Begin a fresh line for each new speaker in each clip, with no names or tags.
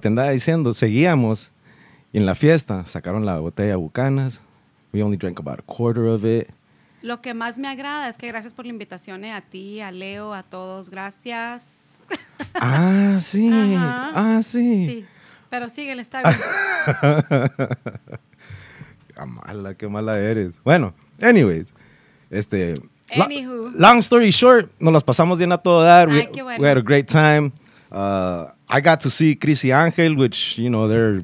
te andaba diciendo, seguíamos. Y en la fiesta sacaron la botella de Bucanas. We only drank about a quarter of it.
Lo que más me agrada es que gracias por la invitación eh, a ti, a Leo, a todos. Gracias.
Ah, sí.
Ajá.
Ah, sí.
Sí. Pero síguele, está bien.
Qué Ah, mala, qué mala eres. Bueno, anyways. Este. la-
Anywho.
long story short, nos las pasamos bien a todo dar.
Ay,
we,
qué bueno.
we had a great time. Uh, I got to see Chris y Angel, which, you know, they're,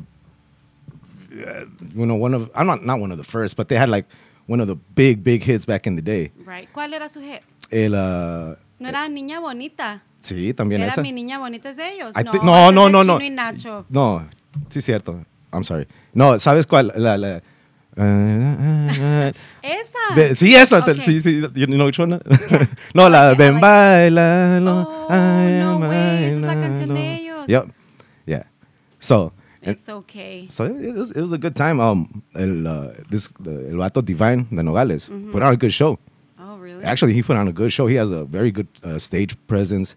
uh, you know, one of, I'm not, not one of the first, but they had like one of the big, big hits back in the day.
Right. ¿Cuál era su jefe?
El, uh,
No era niña bonita.
sí, también
Era
esa.
mi niña bonita es de ellos.
I thi- no,
no, ese
no,
es
no,
el
no.
Chino y Nacho.
No, sí es cierto. I'm sorry. No, ¿sabes cuál? La, la-
Esa.
Ve- sí, esa. te-
Ok.
Sí, sí. You know which one? no, la
Ok,
Ven
I like-
Bailalo,
Oh,
I
no
am
way, esa es la canción de
bailalo.
ellos. Eh.
Yep. Yeah. So, and-
It's okay.
so it was, it was a good time. Um, el, uh, this, the, el vato Divine de Nogales put on a good show.
Oh, really?
Actually, he put on a good show. He has a very good uh, stage presence.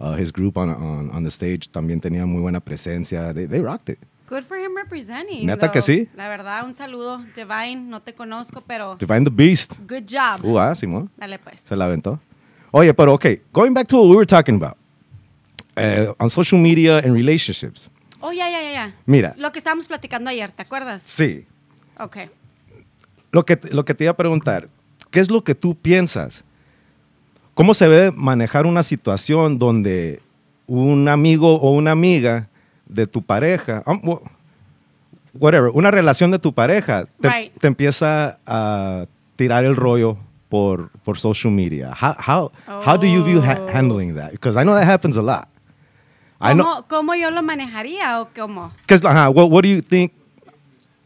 Uh, his group on, on on the stage también tenía muy buena presencia. They, they rocked it.
Good for him representing.
Neta que
though.
sí.
La verdad, un saludo. Divine, no te conozco, pero
Divine the Beast.
good job.
Uh, ah, Simón.
Dale pues.
Se la aventó. Oye, pero okay, going back to what we were talking about. Uh, on social media and relationships.
Oh, ya, ya, ya, ya.
Mira.
Lo que estábamos platicando ayer, ¿te acuerdas?
Sí.
Ok.
Lo que, lo que te iba a preguntar, ¿qué es lo que tú piensas? ¿Cómo se debe manejar una situación donde un amigo o una amiga de tu pareja, um, wha- whatever, una relación de tu pareja, te,
Right.
te empieza a tirar el rollo por, por social media? How, how, how do you view ha-
Oh.
handling that? Because I know that happens a lot. I know,
¿Cómo, ¿Cómo yo lo manejaría o cómo?
¿Qué es, la- ajá, what, what do you think?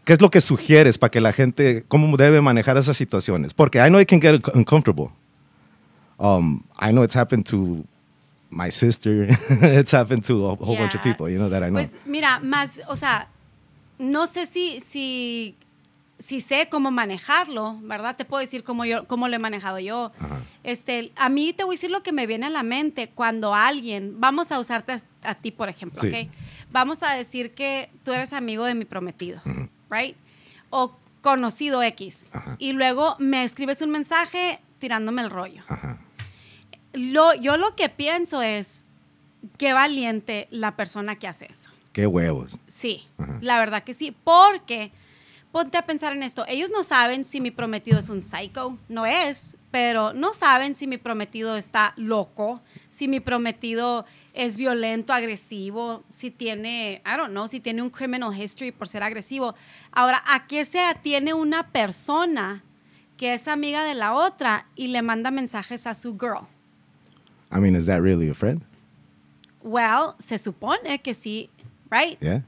¿Qué es lo que sugieres para que la gente, cómo debe manejar esas situaciones? Porque I know it can get uncomfortable. Um, I know it's happened to my sister. it's happened to a whole bunch of
Yeah.
people, you know, that I know.
Pues mira, más, o sea, no sé si, si, si sé cómo manejarlo, ¿verdad? Te puedo decir cómo, yo, cómo lo he manejado yo.
Ajá.
Este, a mí te voy a decir lo que me viene a la mente cuando alguien, vamos a usarte a, a ti, por ejemplo,
Sí.
¿ok? Vamos a decir que tú eres amigo de mi prometido, ¿right? O conocido X.
Ajá.
Y luego me escribes un mensaje tirándome el rollo.
Ajá.
Lo, yo lo que pienso es, qué valiente la persona que hace eso.
Qué huevos.
Sí,
Ajá.
la verdad que sí, porque ponte a pensar en esto, ellos no saben si mi prometido es un psycho, no es, pero no saben si mi prometido está loco, si mi prometido es violento, agresivo, si tiene, I don't know, si tiene un criminal history por ser agresivo. Ahora, ¿a qué se atiene una persona que es amiga de la otra y le manda mensajes a su girl?
I mean, is that really a friend?
Well, se supone que sí, right?
Yeah.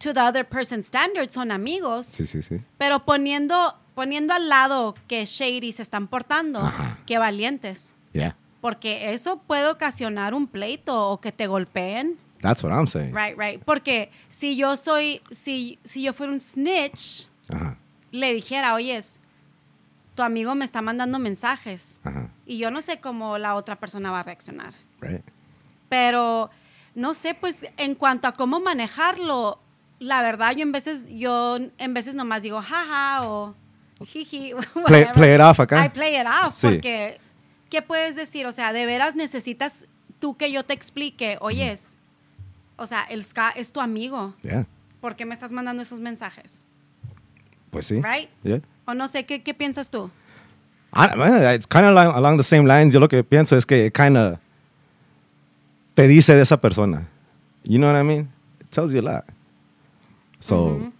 To the other person's standards son amigos.
Sí, sí, sí.
Pero poniendo, poniendo al lado que Shady se están portando,
Ajá.
que valientes.
Yeah.
Porque eso puede ocasionar un pleito o que te golpeen.
That's what I'm saying.
Right, right. Porque si yo soy, si, si yo fuera un snitch,
Ajá.
le dijera, oyes, tu amigo me está mandando mensajes.
Ajá.
Y yo no sé cómo la otra persona va a reaccionar.
Right.
Pero no sé, pues en cuanto a cómo manejarlo, la verdad yo en veces yo en veces nomás digo jaja o jiji. whatever.
play it off acá.
I play it off
Sí.
porque ¿qué puedes decir? O sea, de veras necesitas tú que yo te explique, "Oyes, o sea, el ska es tu amigo,
Yeah.
¿por qué me estás mandando esos mensajes?"
Pues sí.
Right?
Yeah.
O no sé qué qué piensas tú.
I, man, it's kind of along, along the same lines. Yo lo que pienso es que kind of te dice de esa persona. You know what I mean? It tells you a lot. So,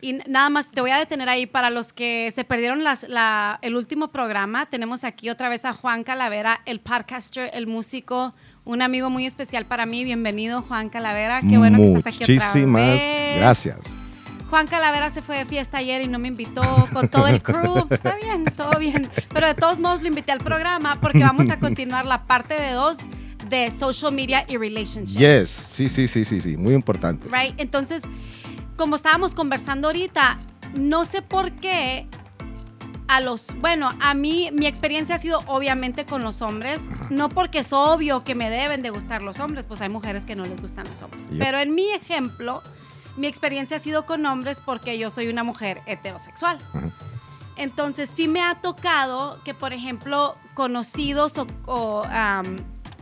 Y n- nada más te voy a detener ahí para los que se perdieron las- la- el último programa. Tenemos aquí otra vez a Juan Calavera, el podcaster, el músico, un amigo muy especial para mí. Bienvenido, Juan Calavera. Ah, Qué bueno que estás aquí otra vez.
muchísimas gracias.
Juan Calavera se fue de fiesta ayer y no me invitó con todo el crew. Está bien, todo bien. Pero de todos modos lo invité al programa porque vamos a continuar la parte de dos de social media y relationships.
Yes, sí, sí, sí, sí, sí, muy importante.
Right? Entonces, como estábamos conversando ahorita, no sé por qué a los, bueno, a mí mi experiencia ha sido obviamente con los hombres, no porque es obvio que me deben de gustar los hombres, pues hay mujeres que no les gustan los hombres.
Yep.
Pero en mi ejemplo, mi experiencia ha sido con hombres porque yo soy una mujer heterosexual.
Ajá.
Entonces sí me ha tocado que, por ejemplo, conocidos o, o, am,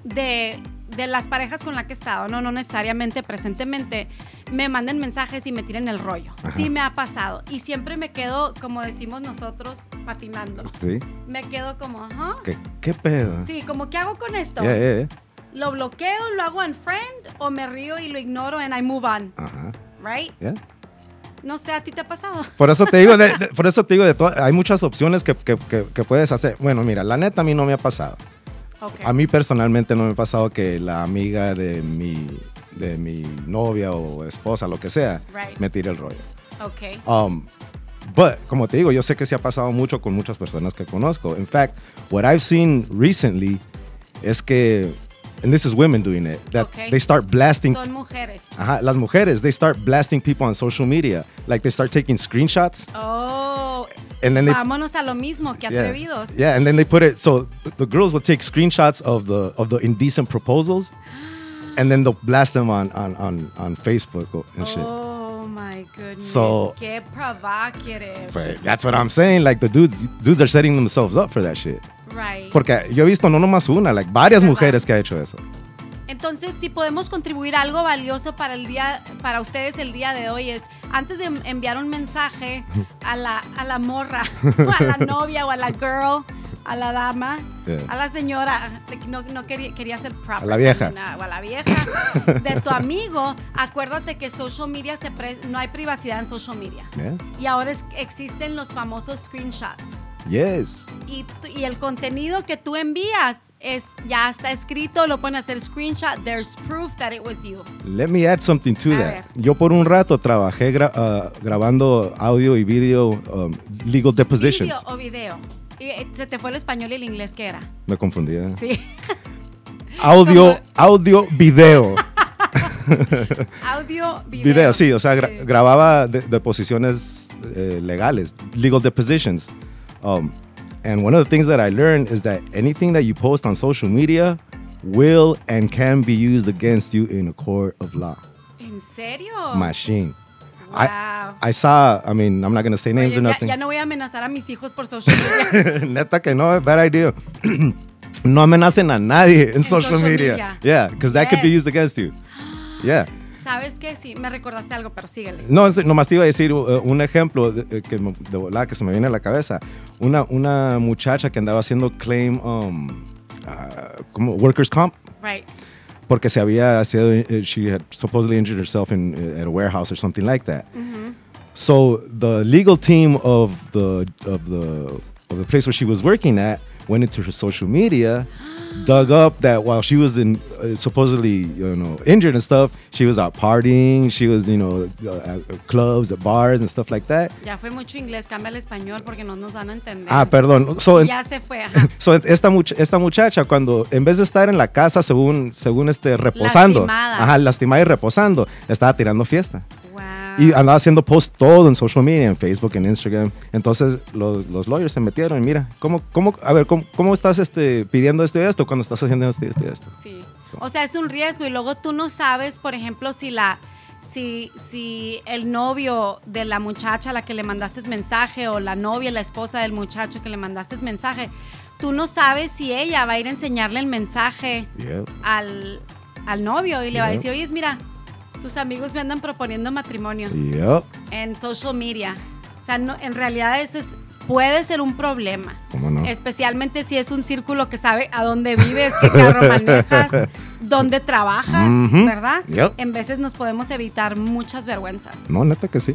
de, de las parejas con las que he estado, no, no necesariamente presentemente, me manden mensajes y me tiren el rollo. Sí me ha pasado. Y siempre me quedo, como decimos nosotros, patinando.
Sí.
Me quedo como, ajá.
¿Qué, qué pedo?
Sí, como, ¿qué hago con esto?
Yeah, yeah, yeah.
¿Lo bloqueo, lo hago unfriend o me río y lo ignoro and I move on?
Ajá.
Right?
yeah.
No sé, ¿a ti te ha pasado?
Por eso te digo, de- de- por eso te digo de to- hay muchas opciones que, que- que- que puedes hacer. Bueno, mira, la neta a mí no me ha pasado.
Ok.
A mí personalmente no me ha pasado que la amiga de mi, de mi novia o esposa, lo que sea,
Right.
me tire el rollo.
Ok.
Um, but, como te digo, yo sé que se ha pasado mucho con muchas personas que conozco. In fact, what I've seen recently es que, and this is women doing it, that
Okay.
they start blasting
Son mujeres.
Ajá, las mujeres, they start blasting people on social media. Like they start taking screenshots
Oh,
and then they
vámonos a lo mismo, que atrevidos.
Yeah, and then they put it so the girls will take screenshots of the of the indecent proposals and then they'll blast them on on on, on Facebook and shit.
Oh my goodness.
So-
Qué provocative.
But that's what I'm saying. Like the dudes dudes are setting themselves up for that shit.
Right.
Porque yo he visto no nomás una, like varias
¿verdad?
mujeres que ha hecho eso.
Entonces, si podemos contribuir algo valioso para el día para ustedes el día de hoy es antes de enviar un mensaje a la a la morra, o a la novia o a la girl, a la dama,
Yeah.
a la señora, de que no, no quería quería ser proper,
A la vieja.
o a la vieja de tu amigo, acuérdate que social media se pre- no hay privacidad en social media.
Yeah.
Y ahora es- existen los famosos screenshots.
Yes.
y, tú- y el contenido que tú envías es ya está escrito, lo pueden hacer screenshot, there's proof that it was you.
Let me add something to
A
that.
ver.
Yo por un rato trabajé gra- ah, grabando audio y video um, legal depositions.
Video o video. Y, eh, se te fue el español y el inglés que era.
Me confundía.
Sí.
Audio,
Como-
audio, video.
Audio, video.
Video, sí, o sea, gra-
Sí.
grababa de- deposiciones eh, legales, legal depositions. Um, and one of the things that I learned is that anything that you post on social media will and can be used against you in a court of law.
¿En serio?
Machine.
Oh. wow.
I saw, I mean, I'm not going to say names
Oye,
or
ya-
nothing.
ya, no voy a amenazar a mis hijos por social media.
Neta que no, bad idea. no amenacen a nadie in, social,
social
media.
media.
Yeah, because that could be
Yes.
used against you. Yeah.
¿Sabes qué? Sí, me recordaste algo, pero síguele.
No, es- nomás te iba a decir uh, un ejemplo de, eh, que me- de volada que se me viene a la cabeza. Una, una muchacha que andaba haciendo claim, um, ah, como workers comp,
Right.
porque se había sido, eh, she had supposedly injured herself in, eh, at a warehouse or something like that. So the legal team of the, of, the, of the place where she was working at went into her social media, dug up that while she was in, uh, supposedly you know injured and stuff, she was out partying, she was you know uh, at uh, clubs, at bars and stuff like that.
Ya fue mucho inglés, cambia al español porque no nos van a entender.
Ah, perdón. So
ya se fue, ajá.
So, esta, much- esta muchacha, cuando en vez de estar en la casa, según, según este, reposando,
Lastimada.
Ajá, lastimada y reposando, estaba tirando fiesta.
Wow.
Y andaba haciendo post todo en social media, en Facebook, en Instagram. Entonces los, los lawyers se metieron y mira, ¿cómo, cómo, a ver, ¿cómo, cómo estás este, pidiendo esto y esto cuando estás haciendo esto y esto y esto?
Sí.
So-
O sea, es un riesgo y luego tú no sabes, por ejemplo, si la si si el novio de la muchacha a la que le mandaste mensaje o la novia, la esposa del muchacho que le mandaste mensaje, tú no sabes si ella va a ir a enseñarle el mensaje
Yeah.
al, al novio y le va a
Yeah.
decir, "Oye, mira, tus amigos me andan proponiendo matrimonio
Yep.
en social media." O sea, no, en realidad ese es- puede ser un problema.
¿Cómo no?
Especialmente si es un círculo que sabe a dónde vives, qué carro manejas, dónde trabajas,
Ujú.
¿verdad?
Yep.
En veces nos podemos evitar muchas vergüenzas.
No, neta que sí.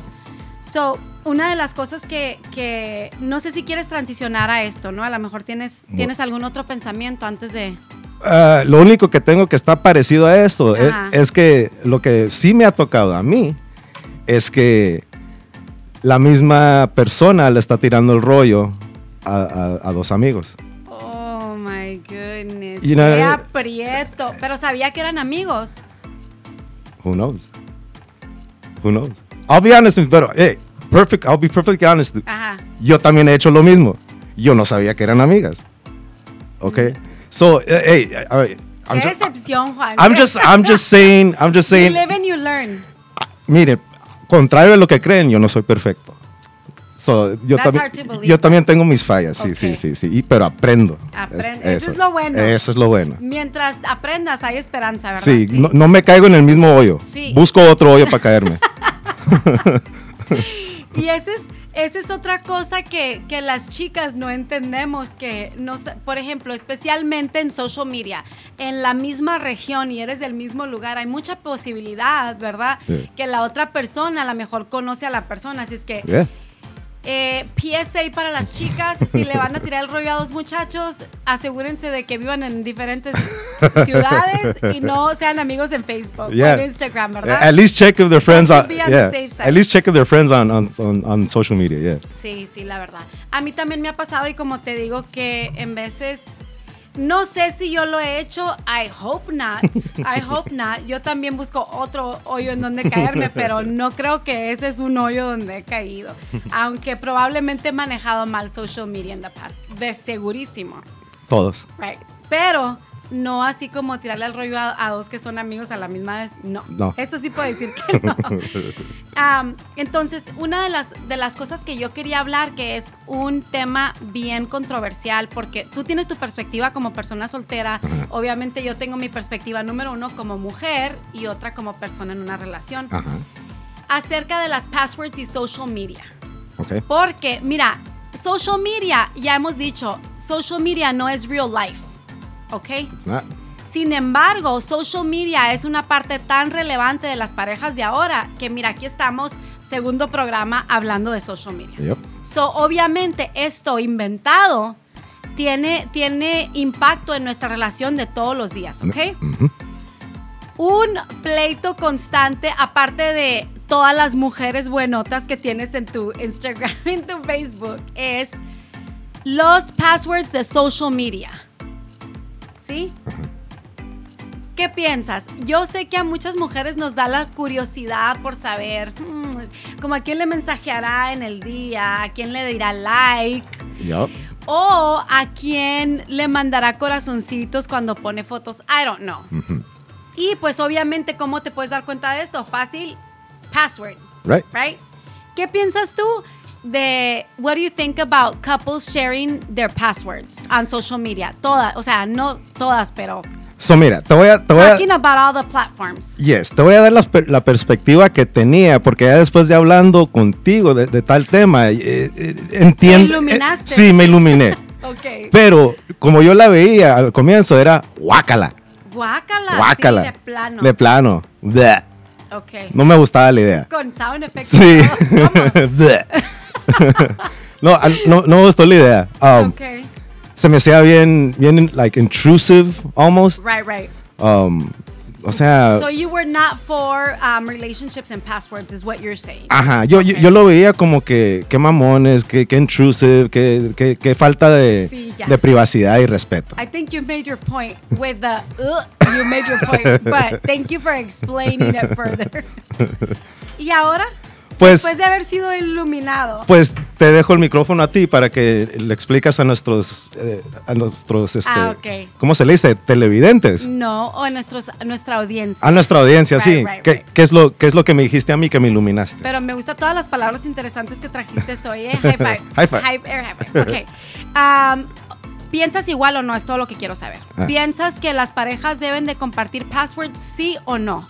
So, una de las cosas que, que no sé si quieres transicionar a esto, ¿no? A lo mejor tienes,
Bu-
tienes algún otro pensamiento antes de...
Ah, lo único que tengo que está parecido a esto es,
Ajá.
es que lo que sí me ha tocado a mí es que la misma persona le está tirando el rollo a, a- a dos amigos.
Oh, my goodness.
You know- eh,
qué aprieto. Pero sabía que eran amigos.
Who knows? Who knows? I'll be honest, pero hey, perfect, I'll be perfectly honest.
Ajá.
Yo también he hecho lo mismo. Yo no sabía que eran amigas. ¿Ok? So, eh, hey, a ver, I'm
Qué
ju-
decepción, Juan.
I'm just, I'm just saying, I'm just
You
saying.
live and you learn.
Ah, Mire, contrario a lo que creen, yo no soy perfecto. So, yo,
That's
también,
hard to believe.
yo también tengo mis fallas, sí,
Ok.
sí, sí, sí, y- pero aprendo.
Aprende. Eso es lo bueno.
Eso es lo bueno.
Mientras aprendas, hay esperanza, ¿verdad?
Sí, No, no me caigo en el mismo hoyo.
Sí.
Busco otro hoyo para caerme.
Y esa es, esa es otra cosa que, que las chicas no entendemos, que, nos, por ejemplo, especialmente en social media, en la misma región y eres del mismo lugar, hay mucha posibilidad, ¿verdad?
Sí.
Que la otra persona a lo mejor conoce a la persona, así es que...
Yeah.
Eh, PSA para las chicas, si le van a tirar el rollo a dos muchachos, asegúrense de que vivan en diferentes ciudades y no sean amigos en Facebook
Yeah. Eh,
o en Instagram,
At
¿verdad?
least check if their friends
to
are.
be on the
yeah.
safe side.
At least check if their friends on on, on, on social media. Yeah.
Sí, sí, la verdad. A mí también me ha pasado y como te digo que en veces, no sé si yo lo he hecho, I hope not, I hope not. Yo también busco otro hoyo en donde caerme, pero no creo que ese es un hoyo donde he caído, aunque probablemente he manejado mal social media en the past, de segurísimo.
Todos.
Right. Pero no así como tirarle al rollo a, a dos que son amigos a la misma vez. No.
No.
Eso sí puedo decir que no. Am, entonces, una de las, de las cosas que yo quería hablar, que es un tema bien controversial, porque tú tienes tu perspectiva como persona soltera, obviamente yo tengo mi perspectiva número uno como mujer y otra como persona en una relación,
Ajá.
acerca de las passwords y social media.
Okay.
Porque, mira, social media, ya hemos dicho, social media no es real life, ¿ok?
It's not.
Sin embargo, social media es una parte tan relevante de las parejas de ahora que, mira, aquí estamos, segundo programa, hablando de social media.
Yep.
So, obviamente, esto inventado tiene, tiene impacto en nuestra relación de todos los días, ¿ok?
Mhm.
un pleito constante, aparte de todas las mujeres buenotas que tienes en tu Instagram, en tu Facebook, es los passwords de social media. ¿Sí? ¿Qué piensas? Yo sé que a muchas mujeres nos da la curiosidad por saber, hmm, como a quién le mensajeará en el día, a quién le dirá like,
Yep.
o a quién le mandará corazoncitos cuando pone fotos. I don't know.
Mhm.
Y pues obviamente, ¿cómo te puedes dar cuenta de esto? Fácil, password,
Right.
right? ¿Qué piensas tú de what do you think about couples sharing their passwords on social media? Todas, o sea, no todas, pero
So mira, te voy a te voy a,
talking about all the platforms.
Yes, te voy a dar la, per- la perspectiva que tenía, porque ya después de hablando contigo de, de tal tema, eh, entiendo.
Te iluminaste.
sí, me iluminé.
Ok.
Pero como yo la veía al comienzo, era guácala,
Guácala.
guácala.
sí, de plano.
De plano. Bleh.
ok.
No me gustaba la idea.
Con sound effects.
Sí.
y todo. Come
Bleh. no, al- no, no me gustó la idea.
on.
Um,
ok.
Se me hacía bien, bien, like, intrusive, almost.
Right, right.
Um, o sea.
so you were not for um, relationships and passwords, is what you're saying.
Ajá, yo, yo, yo lo veía como que qué mamones, qué, qué intrusive, qué, qué- qué falta de,
Sí, ya.
de privacidad y respeto.
I think you made your point with the "Ugh," you made your point, but thank you for explaining it further. y ahora,
Pues,
después de haber sido iluminado,
pues te dejo el micrófono a ti para que le explicas a nuestros, eh, a nuestros, este,
Ah, ok.
¿cómo se le dice? Televidentes.
no, o en nuestros, a nuestra audiencia.
A nuestra audiencia,
Right,
sí.
right,
¿Qué,
right.
qué es lo, ¿Qué es lo que me dijiste a mí que me iluminaste?
Pero me gustan todas las palabras interesantes que trajiste hoy. ¿eh? High five.
High five.
air high five. Ok. Um, ¿Piensas igual o no? Es todo lo que quiero saber.
Ah.
¿Piensas que las parejas deben de compartir passwords, sí o no?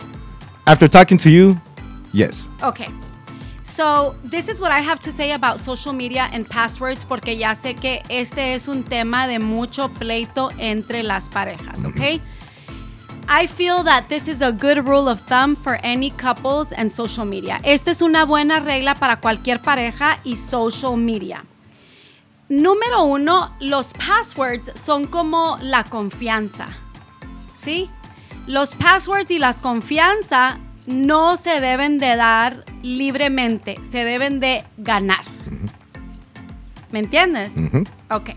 After talking to you, yes.
Okay. So, this is what I have to say about social media and passwords porque ya sé que este es un tema de mucho pleito entre las parejas, okay? I feel that this is a good rule of thumb for any couples and social media. Esta es una buena regla para cualquier pareja y social media. Número uno, los passwords son como la confianza. ¿Sí? Los passwords y las confianza no se deben de dar libremente, se deben de ganar. ¿Me entiendes?
Ujú.
Ok.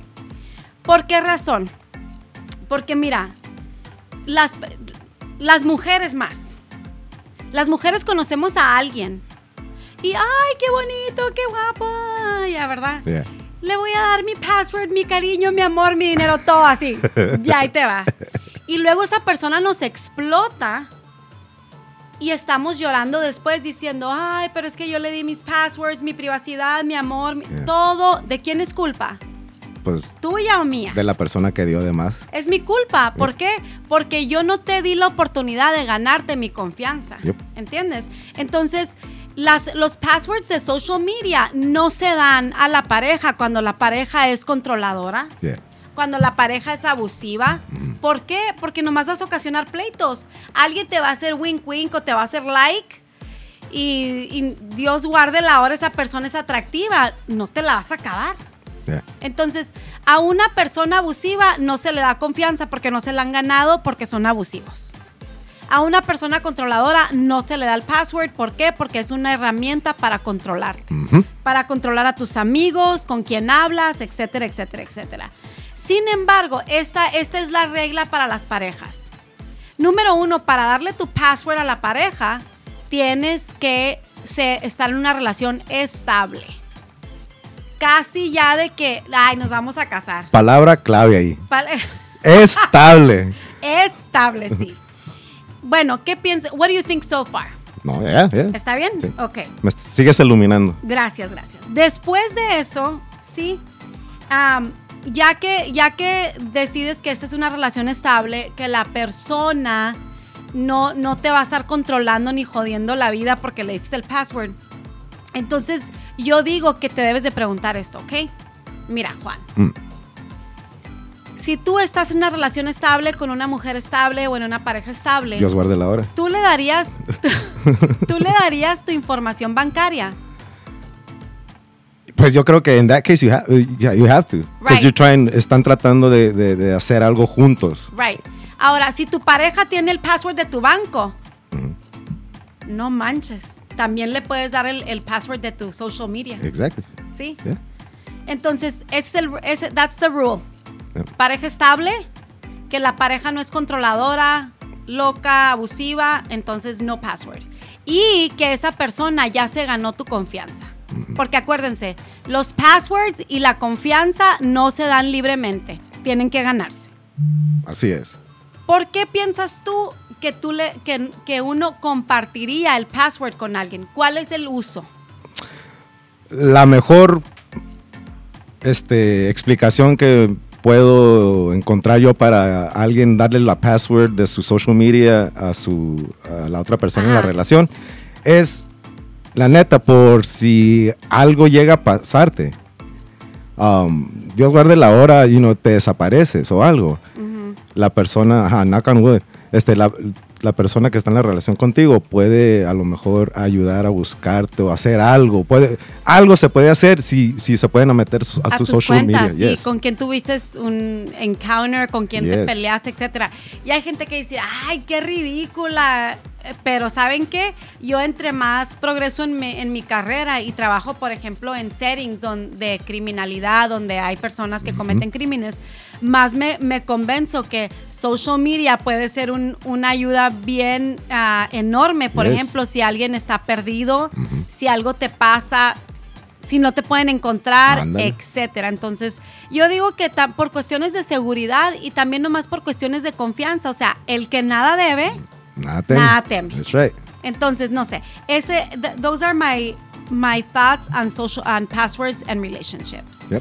¿Por qué razón? Porque mira, las, las mujeres más. Las mujeres conocemos a alguien. Y, ay, qué bonito, qué guapo. Ya, ¿verdad?
Yeah.
le voy a dar mi password, mi cariño, mi amor, mi dinero, todo así. Ya ahí te va. Y luego esa persona nos explota y estamos llorando después diciendo, ay, pero es que yo le di mis passwords, mi privacidad, mi amor, mi-
Yeah.
todo. ¿De quién es culpa?
Pues
¿Tuya o mía?
de la persona que dio de más.
Es mi culpa. ¿Por qué? Porque yo no te di la oportunidad de ganarte mi confianza.
Yep.
¿Entiendes? Entonces, las, los passwords de social media no se dan a la pareja cuando la pareja es controladora,
Yeah.
cuando la pareja es abusiva. ¿Por qué? Porque nomás vas a ocasionar pleitos. Alguien te va a hacer wink wink o te va a hacer like. Y, y Dios guarde la hora, esa persona es atractiva. No te la vas a acabar.
Yeah.
Entonces, a una persona abusiva no se le da confianza porque no se la han ganado porque son abusivos. A una persona controladora no se le da el password. ¿Por qué? Porque es una herramienta para controlar.
Ujú.
Para controlar a tus amigos, con quién hablas, etcétera, etcétera, etcétera. Sin embargo, esta, esta es la regla para las parejas. Número uno, para darle tu password a la pareja, tienes que se- estar en una relación estable. Casi ya de que, ay, nos vamos a casar.
Palabra clave ahí.
Vale.
Estable.
Estable, sí. Bueno, ¿qué piensas? What do you think so far?
No, yeah, yeah.
¿Está bien?
Sí.
Ok.
Me est- sigues iluminando.
Gracias, gracias. Después de eso, sí, am, ya, que, ya que decides que esta es una relación estable, que la persona no, no te va a estar controlando ni jodiendo la vida porque le dices el password, entonces yo digo que te debes de preguntar esto, ¿ok? Mira, Juan,
Mm.
si tú estás en una relación estable con una mujer estable o en una pareja estable,
Dios guarde la hora.
tú le darías tú le darías tu información bancaria.
Pues yo creo que en that case you, ha- uh, yeah, you have to. Because
Right.
you're trying, están tratando de, de- de hacer algo juntos.
Right. Ahora, si tu pareja tiene el password de tu banco, no manches. También le puedes dar el, el password de tu social media.
Exacto.
¿Sí?
Yeah.
Entonces, ese es el, ese- that's the rule.
Yeah.
Pareja estable, que la pareja no es controladora, loca, abusiva, entonces no password. Y que esa persona ya se ganó tu confianza. Porque acuérdense, los passwords y la confianza no se dan libremente, tienen que ganarse.
Así es.
¿Por qué piensas tú que, tú le, que, que uno compartiría el password con alguien? ¿Cuál es el uso?
La mejor este, explicación que puedo encontrar yo para alguien darle la password de su social media a, su, a la otra persona en la
Ajá.
relación es, la neta, por si algo llega a pasarte. Um, Dios guarde la hora y no te desapareces o algo. la persona, ajá, knock on wood, este, la, la persona que está en la relación contigo puede a lo mejor ayudar a buscarte o hacer algo. Puede, algo se puede hacer si, si se pueden meter su- a,
A,
su
tus
social
cuentas,
media.
sí,
yes.
con quién tuviste un encounter, con quién te
Yes.
peleaste, etcétera. Y hay gente que dice, ay, qué ridícula. Eh, Pero ¿saben qué? Yo entre más progreso en mi, en mi carrera y trabajo, por ejemplo, en settings don- de criminalidad, donde hay personas que cometen crímenes, más me, me convenzo que social media puede ser un- una ayuda bien ah, enorme. Por
Yes.
ejemplo, si alguien está perdido, si algo te pasa, si no te pueden encontrar,
Ándale.
etcétera. Entonces, yo digo que ta- por cuestiones de seguridad y también nomás por cuestiones de confianza, o sea, el que nada debe,
Nada teme.
Nada teme.
That's right.
entonces no sé. Ese th- those are my my thoughts on social on passwords and relationships.
Yep.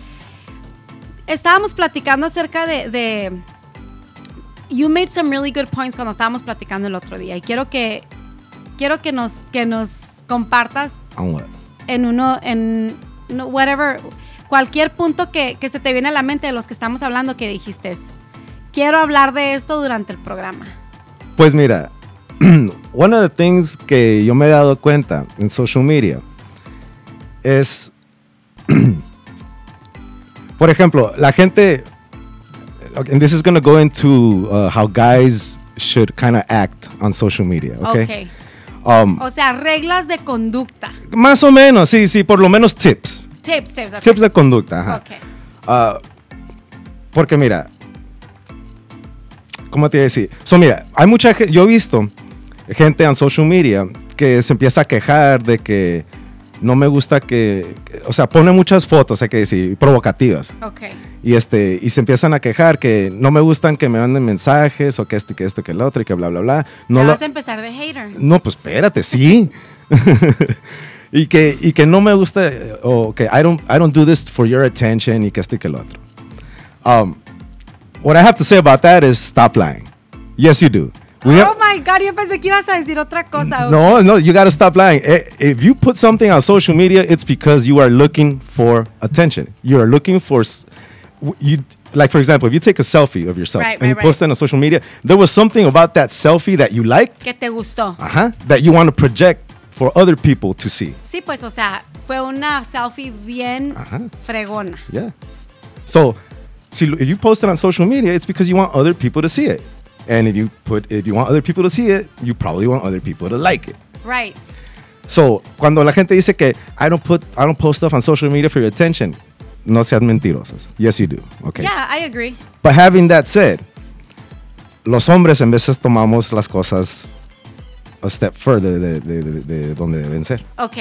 Estábamos platicando acerca de, de- you made some really good points cuando estábamos platicando el otro día y quiero que quiero que nos que nos compartas
Onward.
en uno, en no, whatever, cualquier punto que, que se te viene a la mente de los que estamos hablando que dijiste, es, quiero hablar de esto durante el programa.
Pues mira, one of the things que yo me he dado cuenta en social media es, por ejemplo, la gente, okay, and this is going to go into uh, how guys should kind of act on social media, okay? Um,
O sea, reglas de conducta.
más o menos, sí, sí, por lo menos tips,
Tips, tips. ok.
tips de conducta, ajá.
Ok.
Ah, porque mira, ¿cómo te iba a decir? So, mira, hay mucha gente, yo he visto gente en social media que se empieza a quejar de que no me gusta que, o sea, pone muchas fotos, hay que decir, provocativas.
Ok.
Y, este, y se empiezan a quejar que no me gustan que me manden mensajes o que esto, que esto, que el otro y que bla, bla, bla. No,
Ya
lo-
vas a empezar de hater.
no pues espérate, sí. y, que, y que no me gusta, eh, o que I don't, I don't do this for your attention y que esto y que el otro. Um, what I have to say about that is stop lying. Yes, you do. We-
oh my God, yo pensé que ibas a decir otra cosa.
No, no, you gotta stop lying. I- If you put something on social media, it's because you are looking for attention. You are looking for s- w- you. Like for example, if you take a selfie of yourself
Right,
and you
right,
post it on social media, there was something about that selfie that you liked,
Que te gustó.
uh-huh, that you want to project for other people to see.
Sí, pues, o sea, fue una selfie bien
Ajá.
fregona.
Yeah. So, see, if you post it on social media, it's because you want other people to see it. And if you put, if you want other people to see it, you probably want other people to like it.
Right.
So, cuando la gente dice que I don't put I don't post stuff on social media for your attention, no sean mentirosos. Yes, you do. Okay.
Yeah, I agree.
But having that said, los hombres en veces tomamos las cosas a step further de, de- de- de donde deben ser.
Ok.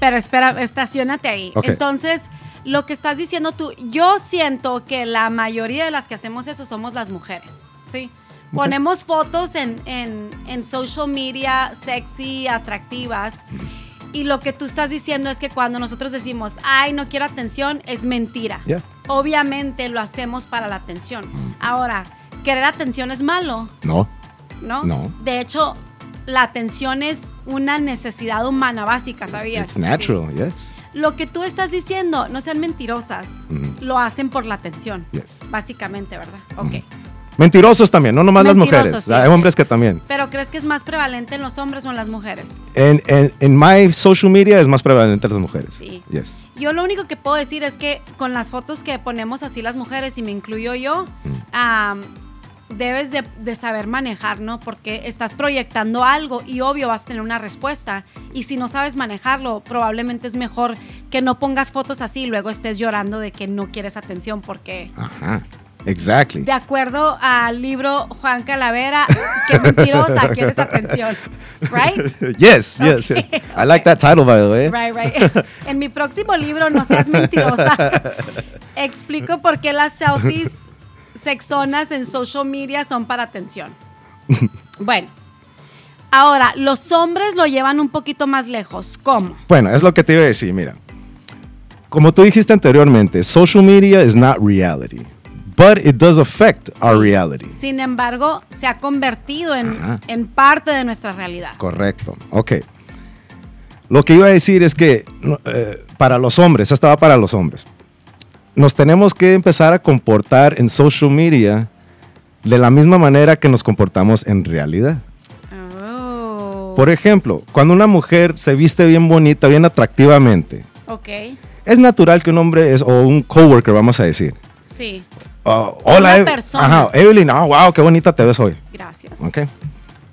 Pero espera, estacionate ahí.
Ok.
Entonces, lo que estás diciendo tú, yo siento que la mayoría de las que hacemos eso somos las mujeres, ¿sí? Ponemos fotos en, en, en social media sexy, atractivas. Y lo que tú estás diciendo es que cuando nosotros decimos, ay, no quiero atención, es mentira.
Yeah.
Obviamente lo hacemos para la atención. Ahora, querer atención es malo.
No.
¿no?
No.
De hecho, la atención es una necesidad humana básica, ¿sabías?
It's natural. Yes.
Oh, Sí. Lo que tú estás diciendo, no sean mentirosas,
Ujú.
lo hacen por la atención,
Yes.
básicamente, ¿verdad? Ok.
Mentirosos también, no nomás las
Mentirosos,
mujeres.
sí.
Hay hombres que también.
Pero ¿crees que es más prevalente en los hombres o en las mujeres?
En, en, en my social media es más prevalente las mujeres.
Sí.
Yes.
Yo lo único que puedo decir es que con las fotos que ponemos así las mujeres, y me incluyo yo, am, debes de, de saber manejar, ¿no? Porque estás proyectando algo y obvio vas a tener una respuesta. Y si no sabes manejarlo, probablemente es mejor que no pongas fotos así y luego estés llorando de que no quieres atención porque...
Ajá. Exactly.
De acuerdo al libro Juan Calavera, qué mentirosa, quieres atención. Right?
yes, yes. I like that title by the way.
Right, right. En mi próximo libro, No seas mentirosa, explico por qué las selfies sexonas en social media son para atención. Bueno, ahora, los hombres lo llevan un poquito más lejos. ¿Cómo?
Bueno, es lo que te iba a decir, mira. Como tú dijiste anteriormente, social media is not reality, but it does affect our reality.
Sin embargo, se ha convertido en,
Ajá.
en parte de nuestra realidad.
Correcto. Ok. Lo que iba a decir es que no, eh, para los hombres, esta va para los hombres, nos tenemos que empezar a comportar en social media de la misma manera que nos comportamos en realidad.
Oh,
Por ejemplo, cuando una mujer se viste bien bonita, bien atractivamente,
ok,
es natural que un hombre es, o un coworker, vamos a decir,
sí,
Oh, hola,
Una
Eve-
persona.
Ajá, Evelyn. Ah, wow, qué bonita te ves hoy.
gracias.
Ok.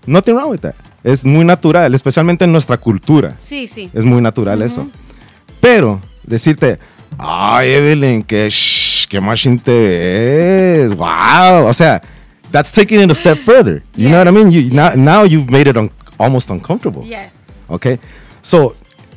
Nothing wrong with that. Es muy natural, especialmente en nuestra cultura.
Sí, sí.
Es muy natural eso. Pero decirte, ay, Evelyn, qué, shh, qué machín te ves. Wow. O sea, that's taking it a step further. You know what I mean? You, now, now you've made it un- almost uncomfortable.
Yes.
¿Ok? So,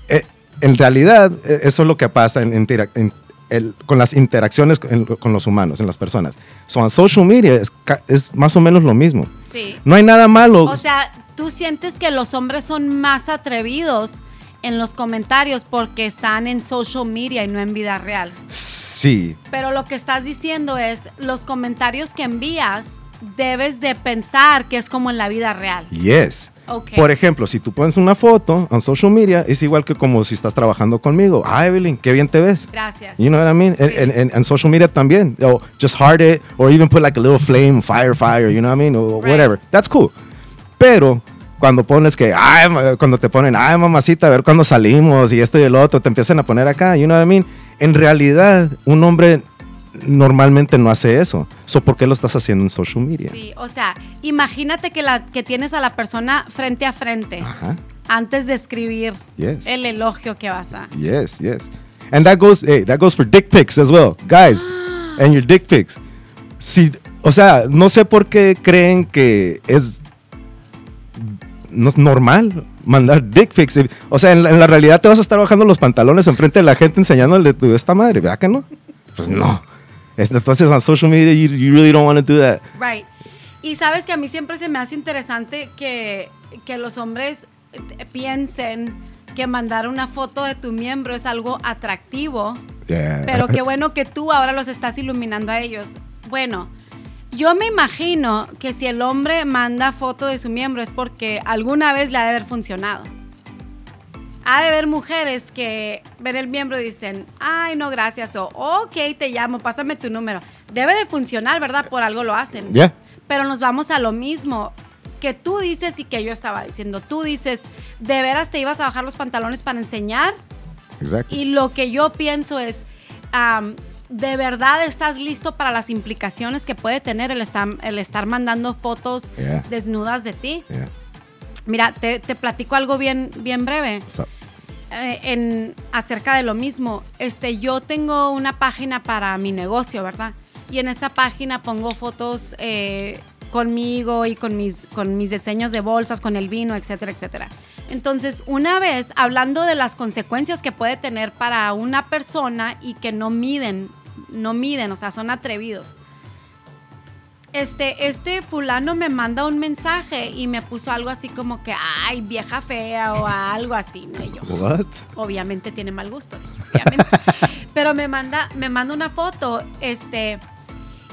eh, en realidad, eh, eso es lo que pasa en, intera- en el- con las interacciones con, en- con los humanos, en las personas. So, en social media es, ca- es más o menos lo mismo.
Sí.
No hay nada malo.
O sea, tú sientes que los hombres son más atrevidos en los comentarios porque están en social media y no en vida real.
sí,
Pero lo que estás diciendo es, los comentarios que envías debes de pensar que es como en la vida real.
yes.
Ok.
Por ejemplo, si tú pones una foto en social media, es igual que como si estás trabajando conmigo. Ah, Evelyn, qué bien te ves.
Gracias.
You know what I mean? And,
Sí.
and, and, and social media también. Or just heart it, or even put like a little flame, fire, fire, you know what I mean? Or
Right.
whatever. That's cool. Pero cuando pones que, ay, ma- cuando te ponen, ay, mamacita, a ver cuándo salimos y esto y el otro, te empiezan a poner acá, you know what I mean? En realidad, un hombre normalmente no hace eso. So, ¿por qué lo estás haciendo en social media?
Sí, o sea, imagínate que, la, que tienes a la persona frente a frente
Ajá.
antes de escribir
Yes.
el elogio que vas a...
Yes, yes. And that goes, hey, that goes for dick pics as well, guys. and your dick pics. Si, o sea, no sé por qué creen que es no es normal mandar dick pics. O sea, en la, en la realidad te vas a estar bajando los pantalones enfrente de la gente enseñándole tu esta madre, ¿verdad que no? Pues no. Es- Entonces, en social media, you, you really don't want to do that.
Right. Y sabes que a mí siempre se me hace interesante que, que los hombres eh, piensen que mandar una foto de tu miembro es algo atractivo,
Yeah.
pero qué bueno que tú ahora los estás iluminando a ellos. Bueno, yo me imagino que si el hombre manda foto de su miembro es porque alguna vez le ha de haber funcionado. Ha de haber mujeres que ven el miembro y dicen, ay, no, gracias, o ok, te llamo, pásame tu número. Debe de funcionar, ¿verdad? Por algo lo hacen.
Yeah.
Pero nos vamos a lo mismo que tú dices y que yo estaba diciendo. Tú dices, ¿de veras te ibas a bajar los pantalones para enseñar?
Exacto.
Y lo que yo pienso es, am, ¿de verdad estás listo para las implicaciones que puede tener el estar, el estar mandando fotos
Yeah.
desnudas de ti?
Yeah.
Mira, te, te platico algo bien, bien breve
So,
eh, en, acerca de lo mismo. Este, yo tengo una página para mi negocio, ¿verdad? Y en esa página pongo fotos eh, conmigo y con mis, con mis diseños de bolsas, con el vino, etcétera, etcétera. Entonces, una vez, hablando de las consecuencias que puede tener para una persona y que no miden, no miden, o sea, son atrevidos. Este, este fulano me manda un mensaje y me puso algo así como que, ay, vieja fea o algo así, ¿no? Y yo,
what?
obviamente tiene mal gusto, dije, obviamente. Pero me manda, me manda una foto, este,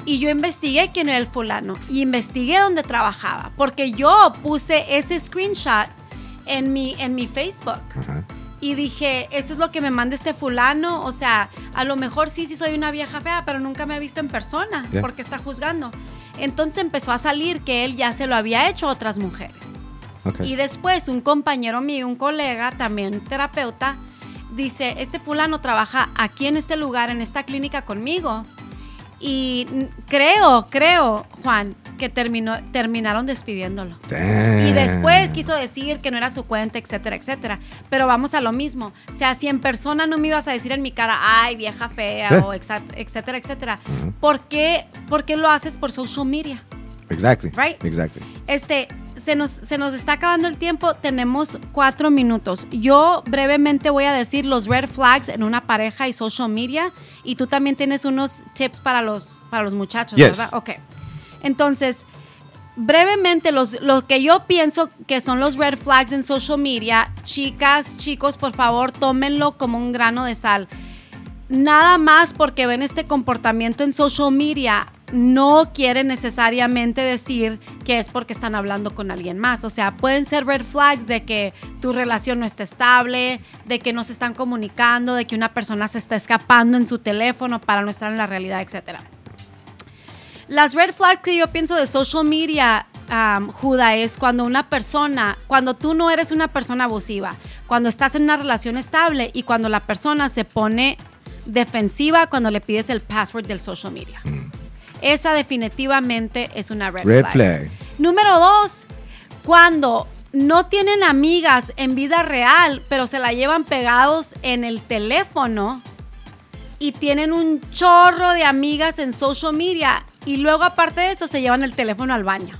y yo investigué quién era el fulano y investigué dónde trabajaba, porque yo puse ese screenshot en mi, en mi Facebook.
Ajá.
Y dije, eso es lo que me manda este fulano. O sea, a lo mejor sí, sí soy una vieja fea, pero nunca me ha visto en persona
Ya.
porque está juzgando. Entonces empezó a salir que él ya se lo había hecho a otras mujeres. Y
Okay.
después un compañero mío, un colega, también terapeuta, dice, este fulano trabaja aquí en este lugar, en esta clínica conmigo. Y n- creo, creo, Juan, que terminó, terminaron despidiéndolo.
Damn.
Y después quiso decir que no era su cuenta, etcétera, etcétera. Pero vamos a lo mismo. O sea, si en persona no me ibas a decir en mi cara, ay, vieja fea,
Eh.
o exa- etcétera, etcétera.
Ujú.
¿Por qué, por qué lo haces por social media?
Exactly.
Right?
Exactly.
Este, se nos, se nos está acabando el tiempo. Tenemos cuatro minutos. Yo brevemente voy a decir los red flags en una pareja y social media. Y tú también tienes unos tips para los, para los muchachos,
Yes.
¿verdad? Ok. Entonces, brevemente, los, lo que yo pienso que son los red flags en social media, chicas, chicos, por favor, tómenlo como un grano de sal. Nada más porque ven este comportamiento en social media, no quiere necesariamente decir que es porque están hablando con alguien más. O sea, pueden ser red flags de que tu relación no está estable, de que no se están comunicando, de que una persona se está escapando en su teléfono para no estar en la realidad, etcétera. Las red flags que yo pienso de social media, um, Juda, es cuando una persona, cuando tú no eres una persona abusiva, cuando estás en una relación estable y cuando la persona se pone defensiva cuando le pides el password del social media. Esa definitivamente es una Mm. red,
Red
flag.
flag.
Número dos, cuando no tienen amigas en vida real, pero se la llevan pegados en el teléfono y tienen un chorro de amigas en social media y luego aparte de eso se llevan el teléfono al baño.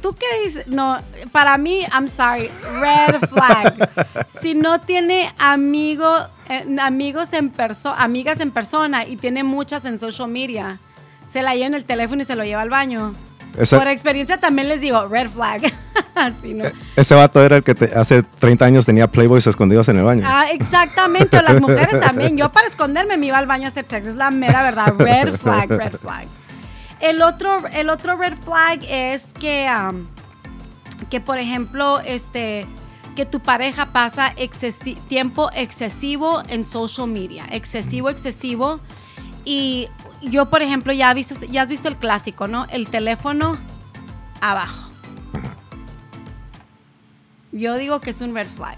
¿Tú qué dices? No, para mí, I'm sorry, red flag. Si no tiene amigo, eh, amigos en perso- amigas en persona y tiene muchas en social media, se la lleva en el teléfono y se lo lleva al baño.
Esa-
Por experiencia también les digo, red flag. Así, ¿no?
Ese vato era el que te- hace 30 años tenía Playboys escondidos en el baño.
Ah, exactamente, o las mujeres también. Yo para esconderme me iba al baño a hacer checks, es la mera verdad. Red flag, red flag. El otro, el otro red flag es que, am, que por ejemplo, este, que tu pareja pasa excesi- tiempo excesivo en social media, excesivo, excesivo. Y yo, por ejemplo, ya, he visto- ya has visto el clásico, ¿no? El teléfono abajo. Yo digo que es un red flag.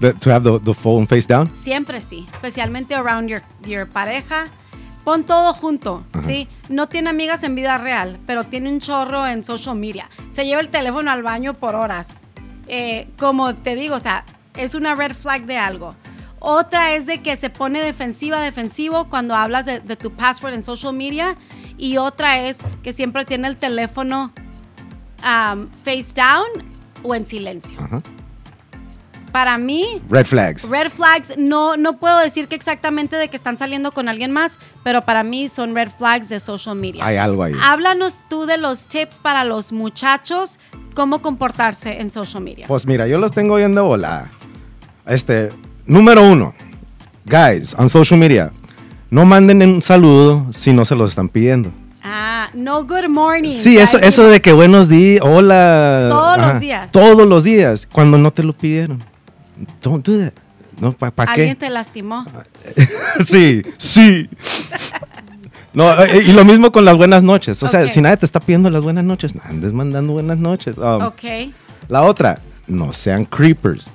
The- to have the, the phone face down.
Siempre sí, especialmente around your, your pareja. Pon todo junto, ¿sí? No tiene amigas en vida real, pero tiene un chorro en social media. Se lleva el teléfono al baño por horas. Eh, como te digo, o sea, es una red flag de algo. Otra es de que se pone defensiva, defensivo cuando hablas de, de tu password en social media. Y otra es que siempre tiene el teléfono um, face down o en silencio.
Ajá.
para mí,
Red flags.
red flags, no, no puedo decir que exactamente de que están saliendo con alguien más, pero para mí son red flags de social media.
Hay algo ahí.
Ah. Háblanos tú de los tips para los muchachos, cómo comportarse en social media.
Pues mira, yo los tengo bien de volada. Este, número uno, guys, on social media, no manden un saludo si no se los están pidiendo.
Ah, no good morning.
Sí, eso,
guys.
eso de que buenos días, hola.
Todos los días.
Todos los días, cuando no te lo pidieron. Don't do that. No, ¿Para
Alguien
qué? Ah,
te lastimó.
sí, sí. No, eh, y lo mismo con las buenas noches. O sea,
Ok.
si nadie te está pidiendo las buenas noches, no andes mandando buenas noches. Um,
ok.
La otra, no sean creepers.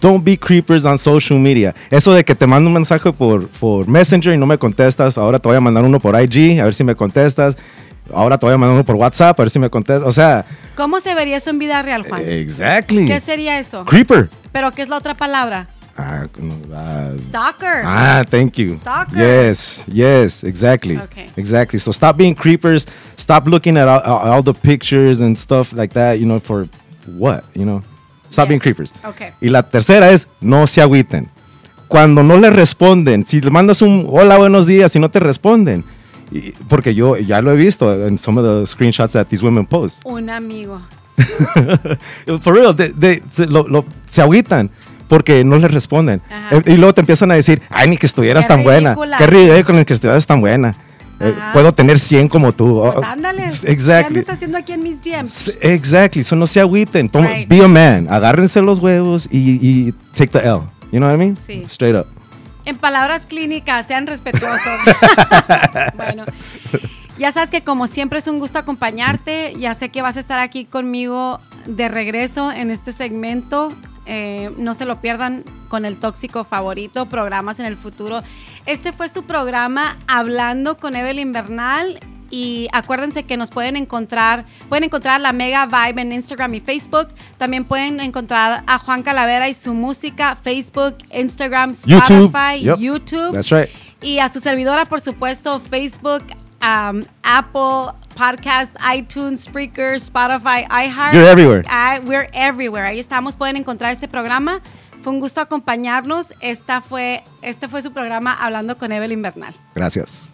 Don't be creepers on social media. Eso de que te mando un mensaje por, por Messenger y no me contestas, ahora te voy a mandar uno por IG, a ver si me contestas. Ahora te voy a mandar uno por WhatsApp, a ver si me contestas. O sea,
¿Cómo se vería eso en vida real, Juan?
Eh, exactly.
¿Qué sería eso?
Creeper.
¿Pero qué es la otra palabra?
Ah, no, ah,
Stalker.
Ah, thank you.
Stalker.
Yes, yes, exactly.
Okay.
Exactly. So stop being creepers. Stop looking at all, all all the pictures and stuff like that, you know, for what, you know? Stop being
Yes.
creepers.
Okay.
Y la tercera es no se agüiten. Cuando no le responden, si le mandas un hola, buenos días y no te responden, y- porque yo ya lo he visto en some of the screenshots that these women post.
Un amigo.
For real, they- they- se, lo- lo- se agüitan porque no les responden.
Ajá.
Eh, Y luego te empiezan a decir, ay, ni que estuvieras
Qué
tan
ridícula."
buena. Qué ridículo, ni que estuvieras tan buena. Eh,
Ajá.
puedo tener 100 como tú. Oh,
Pues
oh,
ándale. ¿Qué
Exactly.
andas haciendo aquí en mis DMs?
S- Exactly. So no se agüiten. Toma-
Right.
Be a man. Agárrense los huevos y, y take the L. You know what I mean?
Sí.
Straight up.
En palabras clínicas, sean respetuosos. bueno, ya sabes que como siempre es un gusto acompañarte. Ya sé que vas a estar aquí conmigo de regreso en este segmento. Eh, no se lo pierdan con el tóxico favorito, programas en el futuro. Este fue su programa Hablando con Evelyn Bernal. Y acuérdense que nos pueden encontrar, pueden encontrar la Mega Vibe en Instagram y Facebook. También pueden encontrar a Juan Calavera y su música, Facebook, Instagram,
YouTube.
Spotify,
Yep.
YouTube.
That's right.
Y a su servidora, por supuesto, Facebook, um, Apple, Podcast, iTunes, Spreaker, Spotify, iHeart.
You're everywhere.
Ah, we're everywhere. Ahí estamos. Pueden encontrar este programa. Fue un gusto acompañarnos. Esta fue, este fue su programa Hablando con Evelyn Bernal.
Gracias.